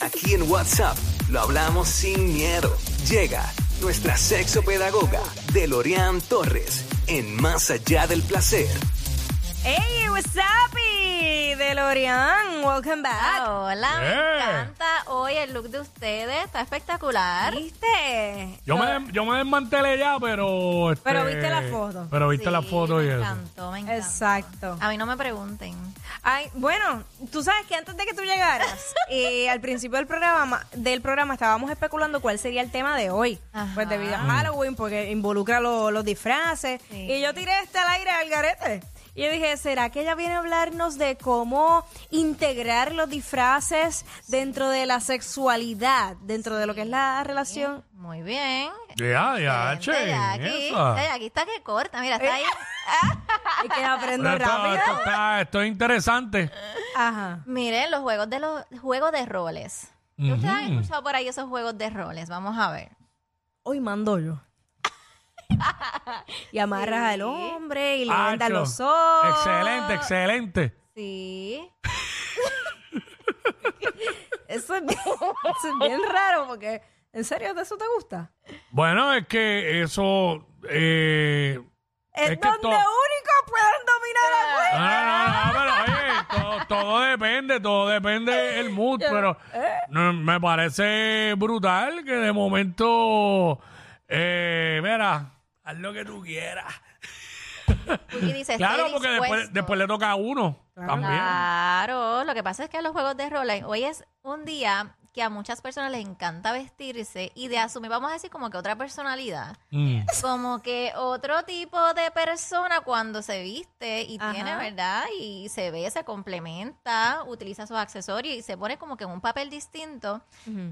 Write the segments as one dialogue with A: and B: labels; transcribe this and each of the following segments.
A: aquí en WhatsApp. Lo hablamos sin miedo. Llega nuestra sexopedagoga, Delorean Torres, en Más Allá del Placer.
B: Hey, what's up, y DeLorean? Welcome back.
C: Hola, me
D: Eh.
C: encanta hoy el look de ustedes, está espectacular.
B: ¿Viste?
D: Yo, me, yo me desmantelé ya, pero... este,
B: Ah. Pero viste la foto.
D: Pero viste
C: Sí,
D: la foto y
C: me
D: eso.
C: encantó, me encantó.
B: Exacto.
C: A mí no me pregunten.
B: Ay, bueno, tú sabes que antes de que tú llegaras, eh, al principio del programa, del programa estábamos especulando cuál sería el tema de hoy.
C: Ajá. Mm.
B: Pues debido a Halloween, porque involucra lo- los disfraces.
C: Sí.
B: Y yo tiré este al aire al garete. Y yo dije, ¿será que ella viene a hablarnos de cómo integrar los disfraces dentro de la sexualidad, dentro de lo que es la relación?
C: Muy bien.
D: Ya, ya,
C: Excelente,
D: che.
C: Jackie.
D: esa.
C: Che, Jackie está que corta, mira, está ahí. Ah,
B: Y que aprendo
D: Pero esto-
B: rápido.
D: esto está- esto es interesante.
B: Ajá.
C: Miren los juegos de los juegos de roles. ¿Ustedes han escuchado por ahí esos juegos de roles? Vamos a ver.
B: Hoy mando yo. Y amarras al hombre y le
D: Acho.
B: andan los ojos.
D: Excelente, excelente.
C: Sí.
B: Eso es, bien, eso es bien raro porque, ¿en serio de eso te gusta?
D: Bueno, es que eso... eh,
B: Es,
D: Es que
B: donde
D: to-
B: único pueden dominar a
D: no, no, no, no, pero oye, todo, todo depende, todo depende el mood, pero no, me parece brutal que de momento... Eh, mira, haz lo que tú quieras.
C: Wiki dice,
D: Claro,
C: "Estoy
D: porque
C: dispuesto".
D: después, después le toca a uno también.
C: Claro, lo que pasa es que los juegos de roles, hoy es un día que a muchas personas les encanta vestirse y de asumir, vamos a decir, como que otra personalidad.
D: Mm.
C: Como que otro tipo de persona cuando se viste y
B: Ajá.
C: tiene, ¿verdad? Y se ve, se complementa, utiliza sus accesorios y se pone como que en un papel distinto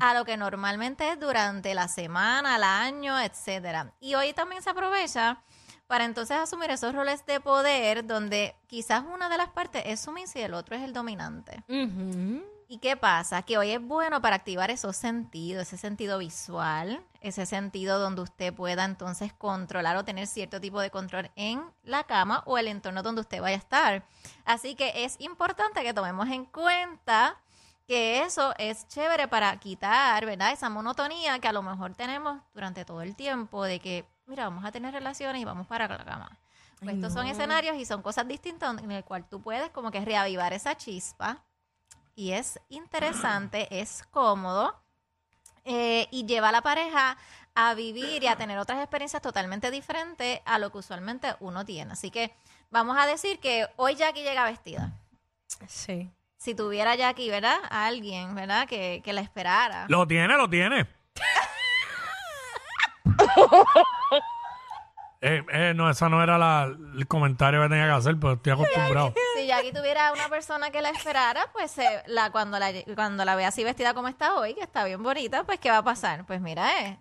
C: a lo que normalmente es durante la semana, el año, etcétera. Y hoy también se aprovecha para entonces asumir esos roles de poder donde quizás una de las partes es sumisa y el otro es el dominante. ¿Y qué pasa? Que hoy es bueno para activar esos sentidos, ese sentido visual, ese sentido donde usted pueda entonces controlar o tener cierto tipo de control en la cama o el entorno donde usted vaya a estar. Así que es importante que tomemos en cuenta que eso es chévere para quitar, ¿verdad? Esa monotonía que a lo mejor tenemos durante todo el tiempo de que, mira, vamos a tener relaciones y vamos para la cama. Pues estos son escenarios y son cosas distintas en el cual tú puedes como que reavivar esa chispa y es interesante, es cómodo eh, y lleva a la pareja a vivir y a tener otras experiencias totalmente diferentes a lo que usualmente uno tiene. Así que vamos a decir que hoy Jackie llega vestida.
B: Sí.
C: Si tuviera Jackie, ¿verdad? A alguien, ¿verdad? Que, que la esperara.
D: Lo tiene, lo tiene. Eh, eh, no, esa no era la, el comentario que tenía que hacer, pero estoy acostumbrado.
C: Si Jackie tuviera una persona que la esperara, pues eh, la, cuando, la, cuando la vea así vestida como está hoy, que está bien bonita, pues ¿qué va a pasar? Pues mira, eh,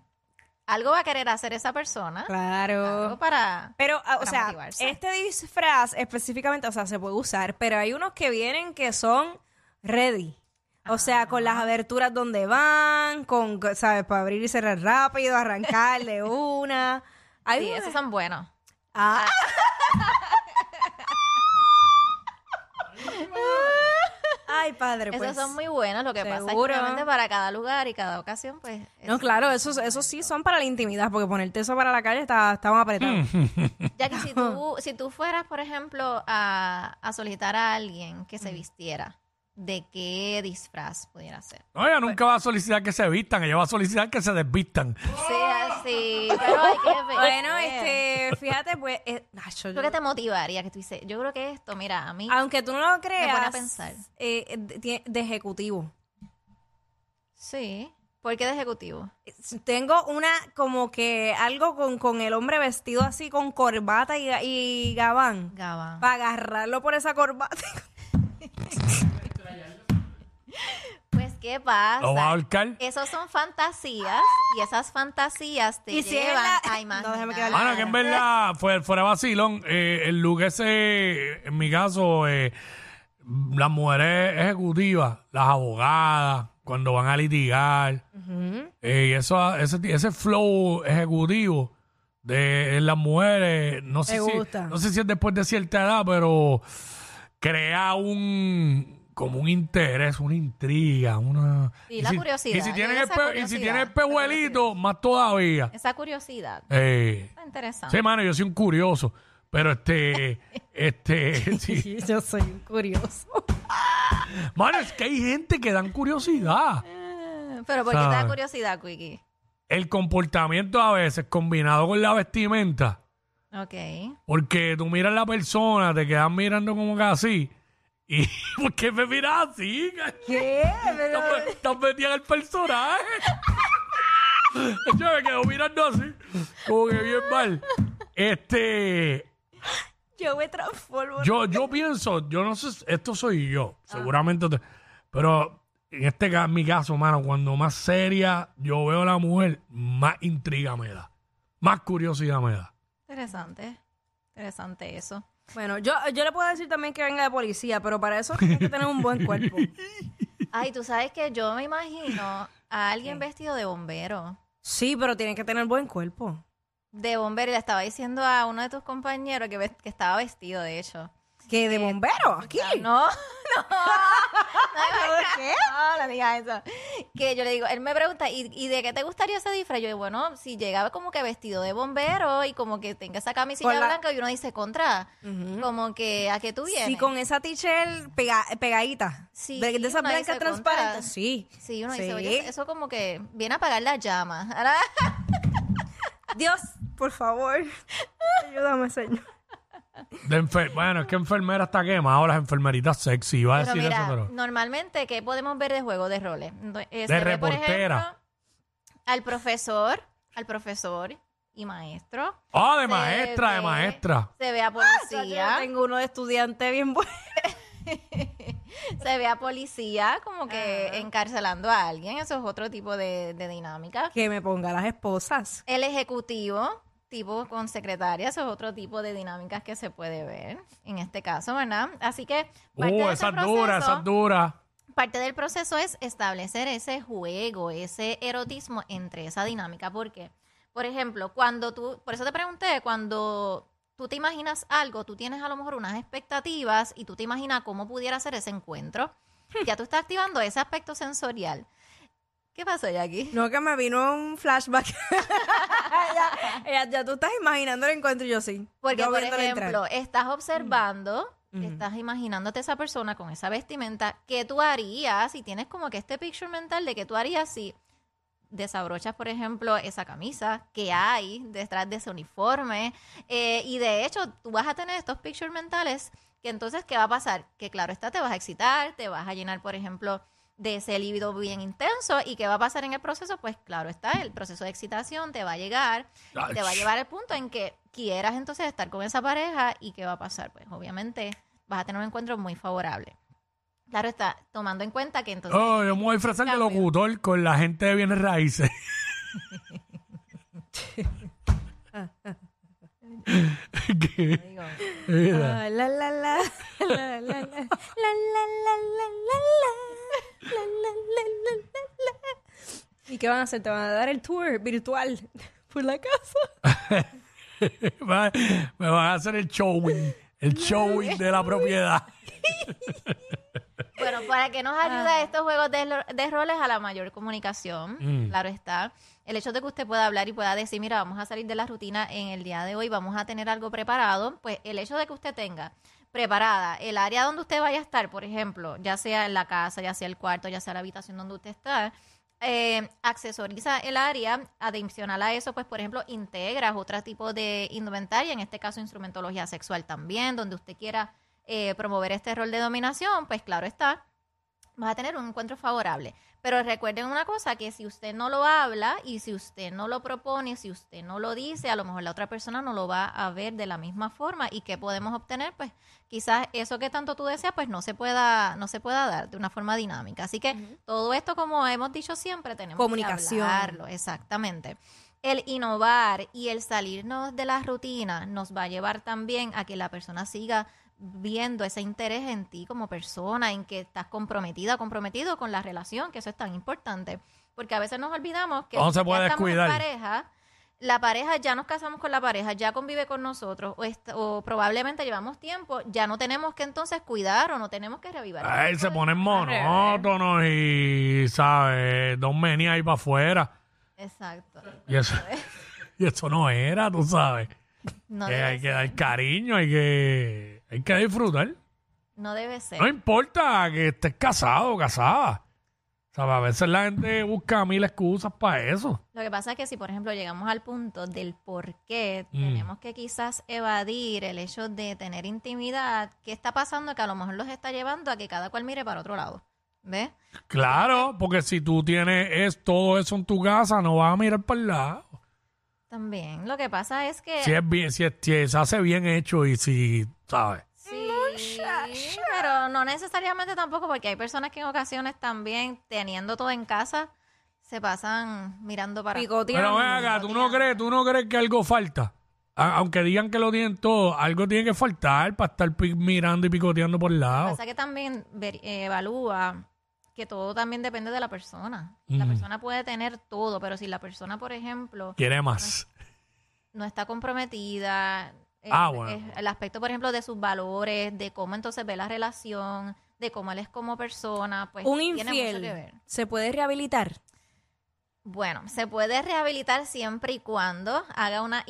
C: algo va a querer hacer esa persona. Algo
B: Claro.
C: para...
B: Pero, ah, o
C: Para
B: sea,
C: motivarse.
B: este disfraz específicamente, o sea, se puede usar, pero hay unos que vienen que son ready. O sea, con las aberturas donde van, con, ¿sabes? Para abrir y cerrar rápido, arrancar de una. Hay
C: Sí,
B: unos-
C: esos son buenos.
B: Ah. Ay, padre, pues.
C: Ah. Esos son muy buenos, lo que pasa es que
B: seguro.
C: obviamente para cada lugar y cada ocasión, pues...
B: No, claro, esos, esos sí son para la intimidad, porque ponerte eso para la calle está, está más apretado.
C: Ya que si tú, si tú fueras, por ejemplo, a, a solicitar a alguien que
B: Mm.
C: se vistiera, ¿de qué disfraz pudiera ser?
D: No, ella nunca va a solicitar que se vistan, ella va a solicitar que se desvistan.
C: Sí, así, pero hay que ver.
B: Bueno, este, fíjate, pues, eh, nacho,
C: Lo
B: yo-
C: que te motivaría, que tú dices, yo creo que esto, mira, a mí...
B: aunque tú no lo creas,
C: pensar.
B: eh, de, tie- de ejecutivo.
C: Sí, ¿por qué de ejecutivo?
B: Tengo una como que algo con, con el hombre vestido así con corbata y, y gabán.
C: Gaba.
B: Para agarrarlo por esa corbata.
C: Pues, ¿qué pasa?
D: Lo va a ahorcar.
C: Esos son fantasías y esas fantasías te
B: Y si es
C: llevan
B: la-
C: a
B: No, déjame
C: imaginar.
B: quedarle-
D: Bueno, que en verdad, fue, fuera vacilón, eh, el look ese, en mi caso, eh, las mujeres ejecutivas, las abogadas, cuando van a litigar, eh, y eso, ese, ese flow ejecutivo de eh, las mujeres, no sé,
B: Me
D: si,
B: gusta.
D: no sé si es después de cierta edad, pero crea un, como un interés, una intriga, una...
C: Sí, la curiosidad,
D: Y si tienen
C: esa
D: el, pe- y si
C: curiosidad,
D: tienen el
C: esa
D: pejuelito, más todavía.
C: Esa curiosidad.
D: Eh,
C: Está
B: Ah.
C: interesante.
D: sí, mano, yo soy un curioso, pero este... este sí.
B: Yo soy un curioso.
D: Mano, es que hay gente que dan curiosidad.
C: Eh, Pero ¿por qué te da
D: Sabe.
C: curiosidad, Quickie?
D: El comportamiento a veces combinado con la vestimenta.
C: Ok.
D: Porque tú miras la persona, te quedas mirando como que así. ¿Y por qué me miras así?
B: ¿Qué? Pero-
D: Estás me- estás metida en el personaje. Yo me quedo mirando así, como que bien mal. Este,
B: yo me transformo.
D: yo, yo pienso, yo no sé, si- esto soy yo,
C: Ah.
D: seguramente. te- pero en este caso, mi caso, mano, cuando más seria yo veo a la mujer, más intriga me da, más curiosidad me da.
C: Interesante. Interesante eso.
B: Bueno, yo, yo le puedo decir también que venga de policía, pero para eso tiene que tener un buen cuerpo.
C: Ay, tú sabes que yo me imagino a alguien vestido de bombero.
B: Sí, pero tiene que tener buen cuerpo.
C: De bombero. Y le estaba diciendo a uno de tus compañeros que, ve- que estaba vestido, de hecho.
B: ¿Que de bombero? ¿Aquí?
C: Ah, Eh, No,
B: ¿Qué?
C: no, no digas eso. Que yo le digo, él me pregunta, ¿y, y de qué te gustaría ese disfraz? Yo digo, bueno, si llegaba como que vestido de bombero y como que tenga esa camisilla
B: Con la-
C: blanca y uno dice, contra, como que, ¿a qué tú vienes?
B: Sí, con esa t-shirt pega- pegadita.
C: Sí,
B: De, de esas
C: uno
B: blancas
C: dice,
B: transparentes.
C: "Contra".
B: Sí.
C: Sí, uno dice,
B: Sí.
C: oye, eso como que viene a apagar las llamas. Ahora,
D: Ah,
B: Dios, por favor. Ayúdame, señor.
D: De enfer- bueno, es que enfermera está quemada, las enfermeritas sexy, iba a
C: pero
D: decir
C: mira,
D: eso, pero...
C: normalmente, ¿qué podemos ver de juego de roles? No, eh, se
D: De
C: ve, por
D: reportera.
C: ejemplo, al profesor, al profesor y maestro.
D: Ah, de
C: Se
D: maestra, de
C: ve-
D: maestra.
C: Se ve a
B: Ah, Yo
C: policía.
B: tengo uno de estudiante bien bueno.
C: se ve a policía como que encarcelando a alguien. Eso es otro tipo de, de dinámica.
B: Que me ponga las esposas.
C: El ejecutivo, tipo con secretaria, eso es otro tipo de dinámicas que se puede ver en este caso, ¿verdad? Así que parte
D: Uh,
C: de ese
D: esa es dura,
C: proceso-
D: esa es dura.
C: Parte del proceso es establecer ese juego, ese erotismo entre esa dinámica. ¿Por qué? Por ejemplo, cuando tú, por eso te pregunté, cuando tú te imaginas algo, tú tienes a lo mejor unas expectativas y tú te imaginas cómo pudiera ser ese encuentro, ya tú estás activando ese aspecto sensorial. ¿Qué pasó, Jackie?
B: No, que me vino un flashback. ya, ya- ya tú estás imaginando el encuentro y yo sí.
C: Porque,
B: Yo
C: por
B: viéndola entrar.
C: ejemplo, estás observando,
B: Ujú.
C: estás imaginándote esa persona con esa vestimenta, ¿qué tú harías? Y tienes como que este picture mental de qué tú harías si desabrochas, por ejemplo, esa camisa que hay detrás de ese uniforme. Eh, y de hecho, tú vas a tener estos pictures mentales que entonces, ¿qué va a pasar? Que claro está, te vas a excitar, te vas a llenar, por ejemplo, de ese líbido bien intenso. ¿Y qué va a pasar en el proceso? Pues claro está, el proceso de excitación te va a llegar
D: Ay,
C: te va a llevar al punto en que quieras entonces estar con esa pareja y qué va a pasar. Pues obviamente vas a tener un encuentro muy favorable. Claro está, tomando en cuenta que entonces...
D: Oh, yo me voy a disfrazar de
C: Cambio.
D: locutor con la gente de bienes raíces. ¿Qué?
C: digo,
D: Mira.
B: Ah, La, la, la, la, la, la, la, la, la, la, la, la, la, la, la, la, la. ¿Y qué van a hacer? Te van a dar el tour virtual por la casa.
D: Va- Me van a hacer el showing. El showing de la propiedad.
C: Bueno, para que nos ayude a estos juegos de, lo- de roles a la mayor comunicación, claro está. El hecho de que usted pueda hablar y pueda decir, mira, vamos a salir de la rutina en el día de hoy, vamos a tener algo preparado, pues el hecho de que usted tenga preparada el área donde usted vaya a estar, por ejemplo, ya sea en la casa, ya sea el cuarto, ya sea la habitación donde usted está, eh, accesoriza el área, adicional a eso, pues por ejemplo, integras otro tipo de indumentaria, en este caso instrumentología sexual también, donde usted quiera eh, promover este rol de dominación, pues claro está, vas a tener un encuentro favorable. Pero recuerden una cosa, que si usted no lo habla y si usted no lo propone, si usted no lo dice, a lo mejor la otra persona no lo va a ver de la misma forma y que podemos obtener, pues quizás eso que tanto tú deseas, pues no se pueda, no se pueda dar de una forma dinámica. Así que todo esto, como hemos dicho siempre, tenemos
B: Comunicación.
C: que hablarlo, exactamente. El innovar y el salirnos de la rutina nos va a llevar también a que la persona siga viendo ese interés en ti como persona, en que estás comprometida, comprometido con la relación, que eso es tan importante. Porque a veces nos olvidamos que
D: No se
C: ya
D: puede
C: estamos en
D: descuidar.
C: pareja, la pareja, ya nos casamos con la pareja, ya convive con nosotros, o, est- o probablemente llevamos tiempo, ya no tenemos que entonces cuidar o no tenemos que revivar. el
D: Ay,
C: tipo
D: se
C: de-
D: ponen monótonos y, ¿sabes? Dos menias ahí para afuera.
C: Exacto.
D: Y eso, y eso no era, tú sabes.
C: No
D: Que
C: debe,
D: Eh, hay que
C: ser.
D: dar cariño, hay que, hay que disfrutar.
C: No debe ser.
D: No importa que estés casado o casada. ¿Sabes? A veces la gente busca mil excusas para eso.
C: Lo que pasa es que si, por ejemplo, llegamos al punto del por qué tenemos que quizás evadir el hecho de tener intimidad, ¿qué está pasando? Que a lo mejor los está llevando a que cada cual mire para otro lado. ¿Ves?
D: Claro, porque si tú tienes es, todo eso en tu casa, no vas a mirar para el lado.
C: También. Lo que pasa es que...
D: Si es bien, si, es, si se hace bien hecho y si, ¿sabes?
C: Sí, pero no necesariamente tampoco, porque hay personas que en ocasiones también, teniendo todo en casa, se pasan mirando para...
D: Pero ven
B: Picoteando.
D: acá, ¿tú no crees, tú no crees que algo falta? A- aunque digan que lo tienen todo, algo tiene que faltar para estar pi- mirando y picoteando por el lado.
C: pasa que también ver- eh, evalúa que todo también depende de la persona. La persona puede tener todo, pero si la persona, por ejemplo,
D: Quiere más.
C: no está comprometida, eh,
D: Ah, bueno.
C: eh, el aspecto, por ejemplo, de sus valores, de cómo entonces ve la relación, de cómo él es como persona, pues
B: Un
C: tiene mucho que ver.
B: infiel se puede rehabilitar.
C: Bueno, se puede rehabilitar siempre y cuando haga una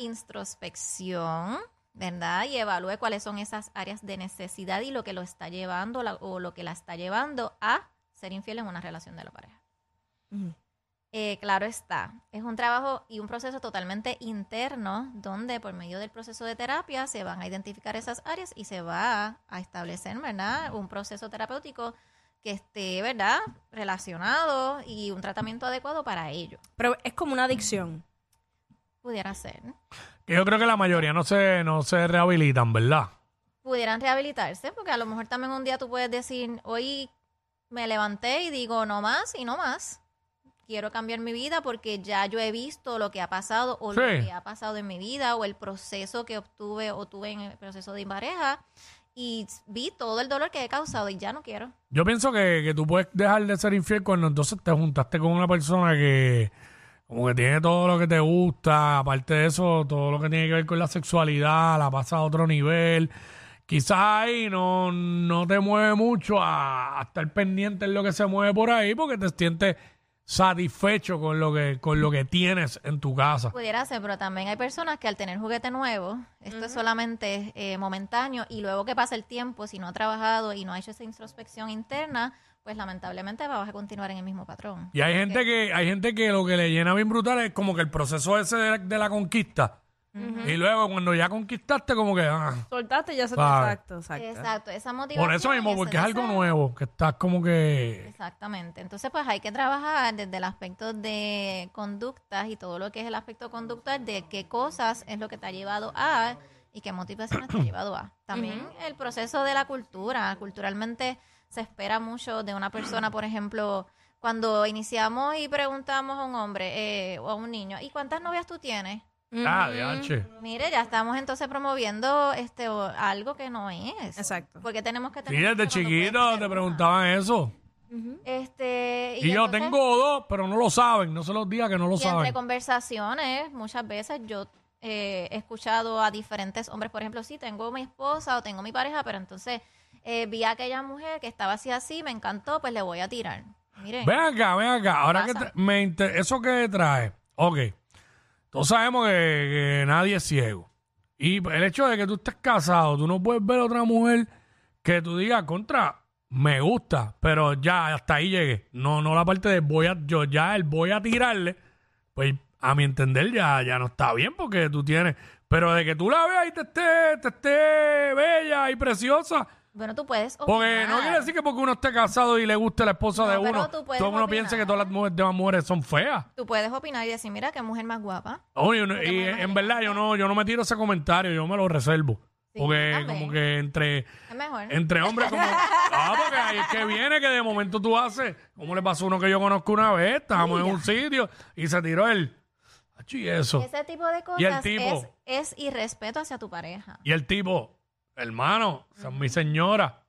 C: introspección, ¿verdad? Y evalúe cuáles son esas áreas de necesidad y lo que lo está llevando la- o lo que la está llevando a ser infiel en una relación de la pareja.
B: Ujú.
C: Eh, claro está, es un trabajo y un proceso totalmente interno donde por medio del proceso de terapia se van a identificar esas áreas y se va a establecer, ¿verdad? Un proceso terapéutico que esté, ¿verdad? Relacionado y un tratamiento adecuado para ello
B: Pero es como una adicción.
C: pudiera ser,
D: Que Yo creo que la mayoría no se, no se rehabilitan, ¿verdad?
C: pudieran rehabilitarse, porque a lo mejor también un día tú puedes decir, hoy me levanté y digo, no más y no más. Quiero cambiar mi vida porque ya yo he visto lo que ha pasado o lo
D: Sí.
C: que ha pasado en mi vida o el proceso que obtuve o tuve en el proceso de mi pareja y vi todo el dolor que he causado y ya no quiero.
D: Yo pienso que, que tú puedes dejar de ser infiel cuando entonces te juntaste con una persona que como que tiene todo lo que te gusta, aparte de eso, todo lo que tiene que ver con la sexualidad, la pasa a otro nivel. Quizás ahí no, no te mueve mucho a, a estar pendiente en lo que se mueve por ahí porque te sientes satisfecho con lo que, con lo que tienes en tu casa.
C: Pudiera ser, pero también hay personas que al tener juguete nuevo, esto es solamente eh, momentáneo y luego que pasa el tiempo, si no ha trabajado y no ha hecho esa introspección interna, pues lamentablemente vas a continuar en el mismo patrón.
D: Y hay gente que, hay gente que lo que le llena bien brutal es como que el proceso ese de la, de la conquista. Y luego cuando ya conquistaste, como que ah,
B: Soltaste ya se te...
D: Sabe.
B: Exacto, exacto.
C: Exacto, esa motivación.
D: Por eso
C: y
D: mismo,
C: ese
D: porque es algo
C: deseo.
D: nuevo, que estás como que...
C: Exactamente. Entonces, pues hay que trabajar desde el aspecto de conductas y todo lo que es el aspecto conductual de qué cosas es lo que te ha llevado a y qué motivaciones te ha llevado a. También el proceso de la cultura. Culturalmente se espera mucho de una persona, por ejemplo, cuando iniciamos y preguntamos a un hombre eh, o a un niño, ¿y cuántas novias tú tienes?
D: Ah, de H.
C: Mire, ya estamos entonces promoviendo este o- algo que no es.
B: Exacto.
C: Porque tenemos que tener...
D: Sí, desde
C: cuando puedes
D: chiquito
C: tener
D: te
C: una.
D: preguntaban eso.
C: Este,
D: Y, yo
C: entonces-
D: tengo dos, pero no lo saben, no se los diga que no lo
C: Y entre
D: saben.
C: conversaciones, muchas veces yo eh, he escuchado a diferentes hombres, por ejemplo, sí, tengo mi esposa o tengo mi pareja, pero entonces eh, vi a aquella mujer que estaba así, así, me encantó, pues le voy a tirar. Miren,
D: Ven acá, ven acá. Ahora que
C: pasa?
D: te- me inter- eso que trae, ok. Todos sabemos que, que nadie es ciego. Y el hecho de que tú estés casado, tú no puedes ver otra mujer que tú digas, contra, me gusta, pero ya hasta ahí llegué. No, no la parte de voy a, yo ya el voy a tirarle, pues a mi entender ya, ya no está bien porque tú tienes, pero de que tú la veas y te esté, te esté bella y preciosa,
C: bueno, tú puedes
D: porque no
C: opinar.
D: quiere decir que porque uno esté casado y le guste la esposa
C: No,
D: de
C: pero
D: uno,
C: tú puedes
D: todo uno
C: opinar.
D: piensa que todas las mujeres, demás mujeres son feas.
C: Tú puedes opinar y decir, mira, qué mujer más guapa.
D: Oh, y uno-
C: Porque
D: y
C: mujer más
D: en verdad yo no, yo no me tiro ese comentario, yo me lo reservo.
C: Sí,
D: porque
C: también.
D: como que entre,
C: Es mejor.
D: entre hombres como... Ah, porque ahí es que viene que de momento tú haces... ¿Cómo le pasó a uno que yo conozco una vez? Estábamos en un sitio y se tiró el... Achi, eso.
C: Ese tipo de cosas
D: Y el tipo.
C: Es, es irrespeto hacia tu pareja.
D: Y el tipo, hermano, esa es mi señora.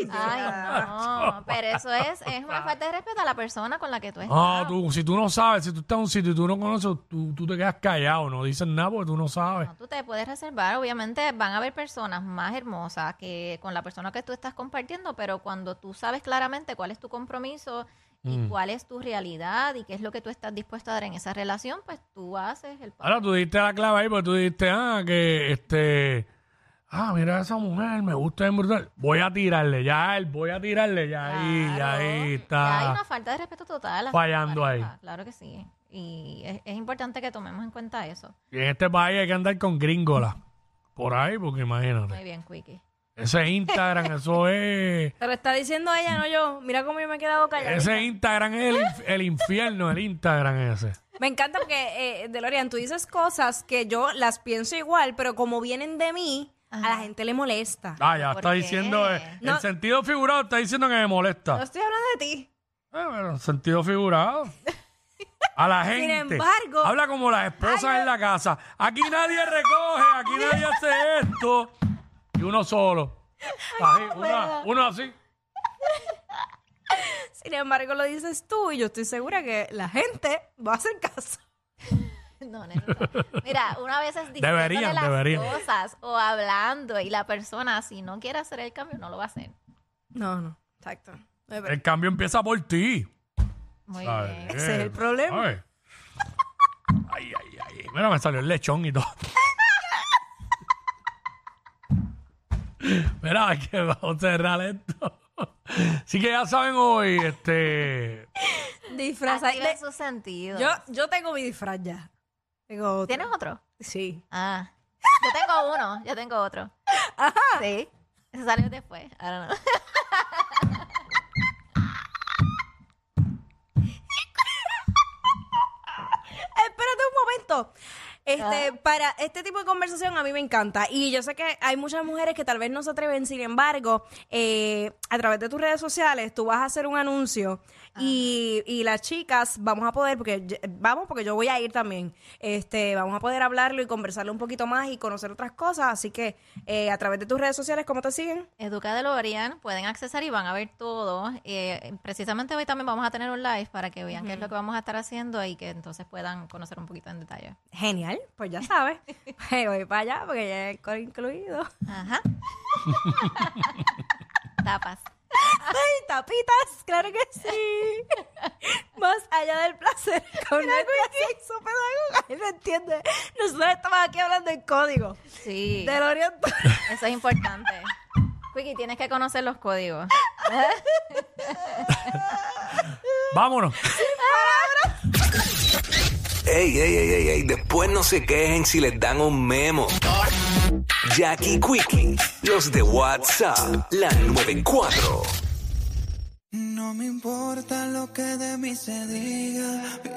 B: ¿viste?
C: Ay, no, pero eso es, es una falta de respeto a la persona con la que tú estás.
D: Ah, tú, si tú no sabes, si tú estás en un sitio y tú no conoces, tú, tú te quedas callado, no dices nada porque tú no sabes.
C: No, tú te puedes reservar, obviamente van a haber personas más hermosas que con la persona que tú estás compartiendo, pero cuando tú sabes claramente cuál es tu compromiso y
D: Mm.
C: cuál es tu realidad y qué es lo que tú estás dispuesto a dar en esa relación, pues tú haces el paso.
D: Ahora tú diste la clave ahí, porque tú dijiste, ah, que este. Ah, mira esa mujer, me gusta bien brutal. Voy a tirarle, ya él, voy a tirarle, ya ahí, ya
C: Claro,
D: ahí
C: ya hay
D: está.
C: una falta de respeto total. hacia
D: fallando
C: tu
D: ahí.
C: pareja, Claro que sí. Y es, es importante que tomemos en cuenta eso.
D: Y en este país hay que andar con gringola. Por ahí, porque
C: Muy
D: imagínate.
C: bien, Quickie.
D: Ese Instagram, eso es.
B: Pero está diciendo ella, no yo. Mira cómo yo me he quedado callada.
D: Ese Instagram es el, inf- el infierno, el Instagram ese.
B: Me encanta porque, eh, DeLorean, tú dices cosas que yo las pienso igual, pero como vienen de mí, a la gente le molesta.
D: Ah, ya
C: ¿Por
D: está
C: qué?
D: diciendo. eh,
B: No.
D: El sentido figurado está diciendo que me molesta.
B: No estoy hablando de ti.
D: Ah, bueno, sentido figurado. A la gente.
B: embargo-
D: Habla como las esposas en la casa. Aquí nadie recoge, aquí nadie hace esto. Y uno solo. Así, una- uno así.
B: Sin embargo, lo dices tú y yo estoy segura que la gente va a hacer caso.
C: No, nena, no. Mira, una vez es
D: Deberían,
C: las
D: deberían.
C: cosas o hablando y la persona si no quiere hacer el cambio no lo va a hacer.
B: No, no, exacto. Es verdad.
D: El cambio empieza por ti.
C: Muy
D: ¿sabes?
C: bien.
B: Eh, Ese es el problema.
D: ¿sabes? Ay, ay, ay. Mira, me salió el lechón y todo. Mira, hay que vamos a cerrar esto. Así que ya saben hoy, este.
B: Disfraza.
C: Activen
B: de-
C: sus sentidos.
B: Yo, yo tengo mi disfraz ya. Tengo otro.
C: ¿Tienes otro?
B: Sí.
C: Ah. Yo tengo uno, yo tengo otro. Ajá. Sí. Ese salió después. Ahora no.
B: Espérate un momento. Este, para este tipo de conversación a mí me encanta. Y yo sé que hay muchas mujeres que tal vez no se atreven. Sin embargo, eh, a través de tus redes sociales, tú vas a hacer un anuncio. Y, y las chicas vamos a poder, porque yo- vamos, porque yo voy a ir también. Este, vamos a poder hablarlo y conversarlo un poquito más y conocer otras cosas. Así que eh, a través de tus redes sociales, ¿cómo te siguen?
C: Educa de Lorian, pueden accesar y van a ver todo. Eh, precisamente hoy también vamos a tener un live para que vean qué es lo que vamos a estar haciendo y que entonces puedan conocer un poquito en detalle.
B: Genial, pues ya sabes. voy para allá porque ya es con incluido.
C: Ajá. Tapas.
B: ¡Ay, tapitas! ¡Claro que sí! Más allá del placer con este nuestra sexopedagoga. Él no entiende. Nosotros estamos aquí hablando en código.
C: Sí.
B: Del oriente.
C: Eso es importante. Quickie, tienes que conocer los códigos.
D: Vámonos.
A: Ey, ey, ey, ey, ey, después no se quejen si les dan un memo. Jackie Quickie, los de WhatsApp, la 94.
E: No me importa lo que de mí se diga,